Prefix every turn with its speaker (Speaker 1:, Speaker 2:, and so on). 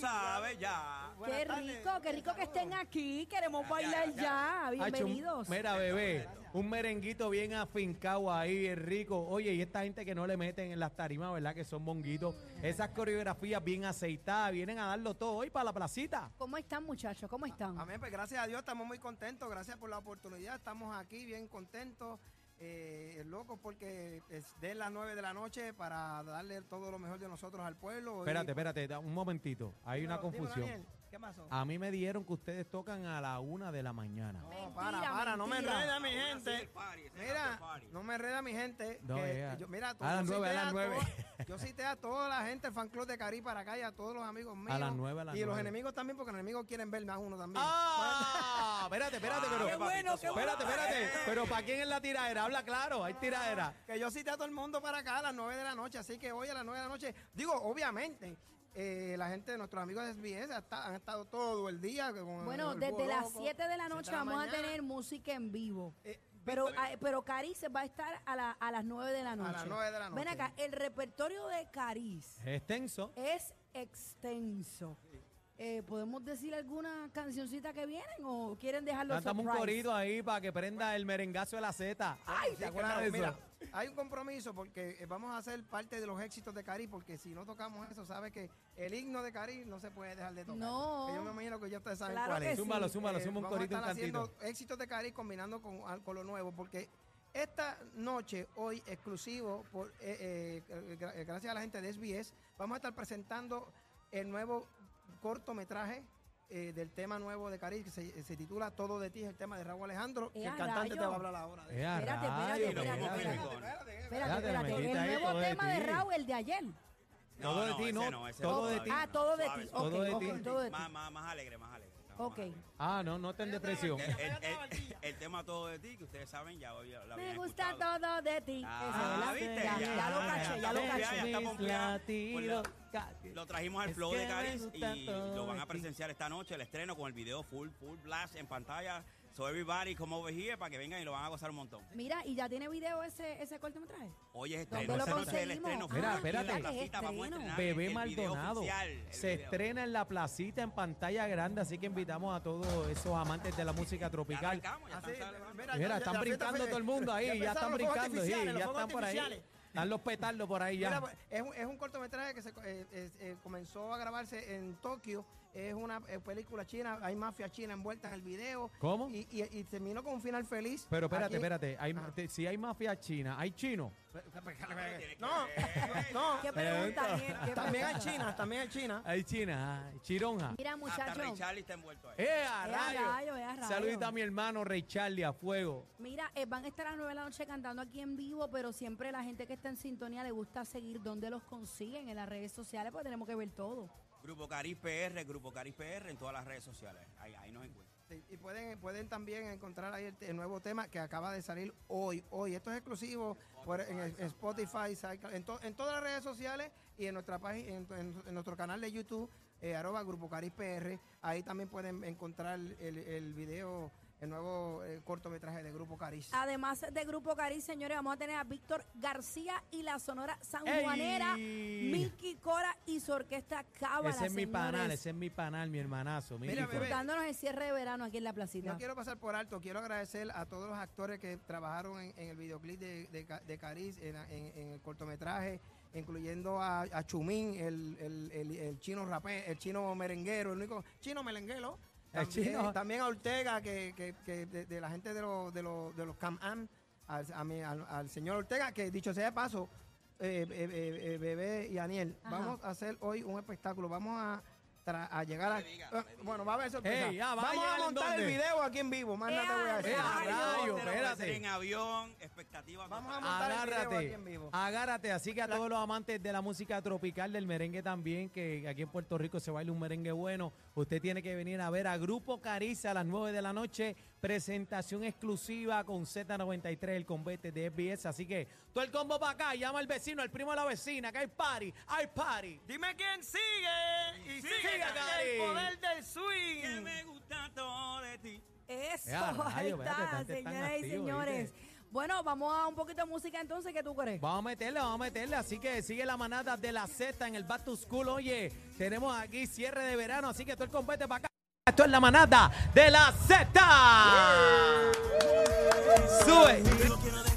Speaker 1: sabes ya.
Speaker 2: Qué rico, qué rico que estén aquí. Queremos bailar ya.
Speaker 3: Hacho, un-
Speaker 2: Bienvenidos.
Speaker 3: Mira, bebé, un merenguito bien afincado ahí, bien rico. Oye, y esta gente que no le meten en las tarimas, ¿verdad? Que son monguitos. Esas coreografías bien aceitadas, vienen a darlo todo hoy para la placita.
Speaker 2: ¿Cómo están, muchachos? ¿Cómo están?
Speaker 4: Amén, pues gracias a Dios estamos muy contentos, gracias por la oportunidad, estamos aquí bien contentos, eh, locos porque es de las 9 de la noche para darle todo lo mejor de nosotros al pueblo. Y-
Speaker 3: Espérate, espérate, da- un momentito. Hay una
Speaker 4: Dímelo, dímelo,
Speaker 3: confusión.
Speaker 4: Daniel, ¿Qué Ah, pasó?
Speaker 3: A mí me dieron que ustedes tocan a la una de la mañana.
Speaker 4: No,
Speaker 2: Mentira,
Speaker 4: para, para, no me
Speaker 2: mentira.
Speaker 4: enreda mi
Speaker 1: Aún así,
Speaker 4: gente.
Speaker 1: el party, ese era
Speaker 4: Mira,
Speaker 1: el party.
Speaker 4: no me enreda mi gente.
Speaker 3: No,
Speaker 4: que
Speaker 3: vea.
Speaker 4: yo, mira, tú-
Speaker 3: A las
Speaker 4: yo
Speaker 3: nueve, a
Speaker 4: cité
Speaker 3: las nueve.
Speaker 4: toda- Yo cité a toda la gente, el fan club de Cari para acá y a todos los amigos míos.
Speaker 3: las nueve, a las
Speaker 4: Y los
Speaker 3: nueve.
Speaker 4: enemigos también, porque los enemigos quieren verme a uno también.
Speaker 3: ¡Ah! Espérate, espérate,
Speaker 1: Ah,
Speaker 3: pero.
Speaker 1: qué bueno, qué bueno. Eh.
Speaker 3: Espérate, espérate. Pero ¿para quién es la tiradera? Habla claro, hay tiradera.
Speaker 4: Que yo cité a todo el mundo para acá a las 9 de la noche, así que hoy a las 9 de la noche, digo, obviamente, eh, la gente de nuestros amigos de SBS ha esta- han estado todo el día. con
Speaker 2: Bueno,
Speaker 4: el
Speaker 2: desde las
Speaker 4: boloco,
Speaker 2: 7 de la
Speaker 4: siete
Speaker 2: noche vamos a
Speaker 4: mañana.
Speaker 2: tener música en vivo.
Speaker 4: Eh,
Speaker 2: Pero,
Speaker 4: Víctor,
Speaker 2: ah, pero Caris va a estar a, la- a las 9 de la noche.
Speaker 4: las 9 de la
Speaker 2: Ven
Speaker 4: noche.
Speaker 2: acá, el repertorio de Caris
Speaker 1: Ah.
Speaker 3: Extenso.
Speaker 2: es extenso. Eh, ¿Podemos decir alguna cancioncita que vienen o quieren dejarlo
Speaker 3: Cantamos un
Speaker 2: surprise?
Speaker 3: corito ahí para que prenda el merengazo de la Z.
Speaker 4: Ay,
Speaker 3: ¿te acuerdas de eso?
Speaker 4: Mira, hay un compromiso porque eh, vamos a hacer parte de los éxitos de Cari, porque si no tocamos eso, sabes que el himno de Cari no se puede dejar de tocar.
Speaker 2: No.
Speaker 4: Que yo me imagino que ya ustedes saben
Speaker 2: Claro
Speaker 4: cuál
Speaker 2: que
Speaker 4: es.
Speaker 2: sí.
Speaker 3: Zúmbalo, zúmbalo, zúmbalo, un
Speaker 4: Eh, vamos a
Speaker 3: corito, un
Speaker 4: estar haciendo
Speaker 3: cantito.
Speaker 4: éxitos de Cari combinando con, al- con lo nuevo, porque esta noche, hoy, exclusivo, por, eh, eh, gra- eh, gracias a la gente de SBS, vamos a estar presentando el nuevo cortometraje eh, del tema nuevo de Cari, que se, se titula Todo de ti, es el tema de Raúl Alejandro, que
Speaker 2: ¡Eh, a
Speaker 4: el cantante
Speaker 2: rayo!
Speaker 4: te va a hablar ahora de
Speaker 3: Eh, a
Speaker 2: Espérate, espérate,
Speaker 3: rayos,
Speaker 2: espérate,
Speaker 3: espérate.
Speaker 2: espérate. Espérate,
Speaker 3: Espérate,
Speaker 2: espérate.
Speaker 3: me quita ahí
Speaker 2: El nuevo
Speaker 3: todo de
Speaker 2: tema de
Speaker 3: ti.
Speaker 2: Raúl, el de ayer.
Speaker 3: Todo de ti,
Speaker 1: ese
Speaker 3: no,
Speaker 1: ese
Speaker 3: todo de
Speaker 1: todavía
Speaker 3: ti.
Speaker 1: no.
Speaker 2: Ah, todo de
Speaker 1: Suave,
Speaker 2: ti.
Speaker 1: suave.
Speaker 3: Todo de
Speaker 2: ok,
Speaker 3: ti.
Speaker 2: ok, todo de ti.
Speaker 1: Más, más, más alegre, más alegre. estamos
Speaker 2: Ok.
Speaker 1: más alegres.
Speaker 3: Ah, no, no está en depresión.
Speaker 1: El, el- el- el tema todo de ti, que ustedes saben, ya hoy la
Speaker 2: Me
Speaker 1: habían
Speaker 2: gusta
Speaker 1: escuchado.
Speaker 2: todo de ti.
Speaker 1: Ah,
Speaker 2: Eso,
Speaker 1: ¿viste?
Speaker 2: Ya,
Speaker 1: Ya,
Speaker 2: ya lo
Speaker 1: ya,
Speaker 2: caché, ya lo
Speaker 1: ya,
Speaker 2: caché.
Speaker 1: ya. está
Speaker 3: Mis
Speaker 1: pompeado.
Speaker 3: latidos,
Speaker 1: Lo trajimos al
Speaker 3: Es
Speaker 1: flow
Speaker 3: que
Speaker 1: de
Speaker 3: me
Speaker 1: Caris
Speaker 3: gusta
Speaker 1: y
Speaker 3: todo
Speaker 1: lo van
Speaker 3: de
Speaker 1: a
Speaker 3: ti.
Speaker 1: presenciar esta noche, el estreno con el video full, full blast en pantalla. So everybody come over here para que vengan y lo van a gozar un montón.
Speaker 2: Mira, ¿y ya tiene video ese, ese cortometraje?
Speaker 1: Hoy es
Speaker 2: ¿Dónde
Speaker 1: estreno,
Speaker 2: lo
Speaker 1: esta noche es el
Speaker 2: conseguimos?
Speaker 1: estreno.
Speaker 2: Ah,
Speaker 3: Mira,
Speaker 1: full.
Speaker 3: espérate.
Speaker 1: En la placita vamos a
Speaker 2: Estreno.
Speaker 1: estrenar el
Speaker 3: Bebé
Speaker 1: video
Speaker 3: Maldonado
Speaker 1: oficial, el
Speaker 3: se
Speaker 1: video.
Speaker 3: estrena en la placita en pantalla grande, así que invitamos a todos esos amantes de la música
Speaker 1: Ya
Speaker 3: tropical.
Speaker 1: arrancamos, ya
Speaker 4: Así,
Speaker 1: están celebrando.
Speaker 4: mira,
Speaker 3: Mira,
Speaker 4: ya-
Speaker 3: están
Speaker 4: ya- ya
Speaker 3: brincando
Speaker 4: está-
Speaker 3: todo el mundo
Speaker 4: ya
Speaker 3: ahí, ya
Speaker 4: empezaron
Speaker 3: están
Speaker 4: los fuegos
Speaker 3: brincando, sí,
Speaker 4: artificiales, los
Speaker 3: ya
Speaker 4: fuegos
Speaker 3: están por ahí.
Speaker 4: artificiales.
Speaker 3: Están los petardos por ahí ya.
Speaker 4: Mira, pues, es, un, es un cortometraje que se co- eh, es- eh, comenzó a grabarse en Tokio. Es una eh, película china. Hay mafia china envuelta en el video.
Speaker 3: ¿Cómo?
Speaker 4: Y, y- y terminó con un final feliz.
Speaker 3: Pero espérate,
Speaker 4: Aquí-
Speaker 3: espérate, hay-
Speaker 4: Ajá.
Speaker 3: te- si hay mafia china, hay chino.
Speaker 4: No, no.
Speaker 2: ¿Qué pregunta, Daniel? ¿Qué
Speaker 4: También hay
Speaker 2: pregunta?
Speaker 4: china, también hay china.
Speaker 3: Hay china, ah, chironja.
Speaker 2: Mira,
Speaker 1: Hasta Ray
Speaker 2: muchachos.
Speaker 1: Charlie está envuelto ahí.
Speaker 3: ¡Eh, a
Speaker 2: Eh, a
Speaker 3: rayo!
Speaker 2: rayo, eh, a rayo.
Speaker 3: Saludita a mi hermano Ray Charlie a fuego.
Speaker 2: Mira, eh, van a estar a las 9 de la noche cantando aquí en vivo, pero siempre la gente que está en sintonía le gusta seguir dónde los consiguen en las redes sociales, porque tenemos que ver todo.
Speaker 1: Grupo Caris PR, Grupo Caris PR en todas las redes sociales. Ahí, ahí nos encuentran.
Speaker 4: Sí, Y pueden, pueden también encontrar ahí el, te- el nuevo tema que acaba de salir hoy. Hoy, esto es exclusivo por- en, el- en Spotify, SoundCloud, en, to- en todas las redes sociales y en nuestra página, en, en- en nuestro canal de YouTube, eh, arroba Grupo Caris PR. Ahí también pueden encontrar el, el video, el nuevo eh, cortometraje de Grupo Caris.
Speaker 2: Además de Grupo Cariz, señores, vamos a tener a Víctor García y la Sonora Sanjuanera,
Speaker 3: ¡Ey!
Speaker 2: Miki Cora y su orquesta Cábala,
Speaker 3: ese es mi
Speaker 2: señores.
Speaker 3: panal, ese es mi panal, mi hermanazo. mi
Speaker 4: Mira,
Speaker 3: hijo.
Speaker 4: bebé.
Speaker 2: Dándonos el cierre de verano aquí en la placita.
Speaker 4: No quiero pasar por alto, quiero agradecer a todos los actores que trabajaron en, en el videoclip de, de, Ca- de Cariz, en, en- en el cortometraje, incluyendo a, a Chumín, el, el- el- el chino rapé, el chino merenguero, el único chino merenguero.
Speaker 3: El
Speaker 4: También,
Speaker 3: chino.
Speaker 4: también a Ortega, que, que- que de, de la gente de los de los- de los Cam Am, al, a mi- al- al señor Ortega, que dicho sea de paso, eh, eh, eh, eh, Bebé y Daniel,
Speaker 2: Ajá.
Speaker 4: vamos a hacer hoy un espectáculo, vamos a, tra- a llegar a... eh, bueno, va a haber sorpresa.
Speaker 3: Ey, ya, va a
Speaker 4: vamos a,
Speaker 3: llegar en
Speaker 4: montar el
Speaker 3: dónde?
Speaker 4: video video aquí en vivo, más nada te voy a decir.
Speaker 3: Eh, a rayo,
Speaker 1: Te lo voy a hacer
Speaker 3: espérate.
Speaker 1: En avión, expectativa.
Speaker 4: Vamos
Speaker 1: total.
Speaker 4: a montar el video aquí
Speaker 3: Agárrate,
Speaker 4: en vivo.
Speaker 3: agárrate. Así que a todos los amantes de la música tropical, del merengue también, que aquí en Puerto Rico se baila un merengue bueno, usted tiene que venir a ver a Grupo Cariza a las 9 de la noche, presentación exclusiva con Z93, el convete de SBS. Así que todo el combo para acá, llama al vecino, al primo de la vecina, que hay party, hay party.
Speaker 4: Dime quién sigue y
Speaker 3: sigue Cari.
Speaker 4: del
Speaker 1: Que
Speaker 4: swing.
Speaker 1: me gusta todo de ti.
Speaker 2: Eso,
Speaker 3: Ya,
Speaker 2: ahí
Speaker 3: rayos,
Speaker 2: está,
Speaker 3: espérate, están- están
Speaker 2: señoras y
Speaker 3: activos,
Speaker 2: señores.
Speaker 3: ¿viste?
Speaker 2: Bueno, vamos a un poquito de música entonces, ¿qué tú crees?
Speaker 3: Vamos a meterle, vamos a meterle. Así que sigue la manada de la Z en el Back to School. Oye, tenemos aquí cierre de verano, así que tú el compete para acá. Esto es la manada de la Z. Sube.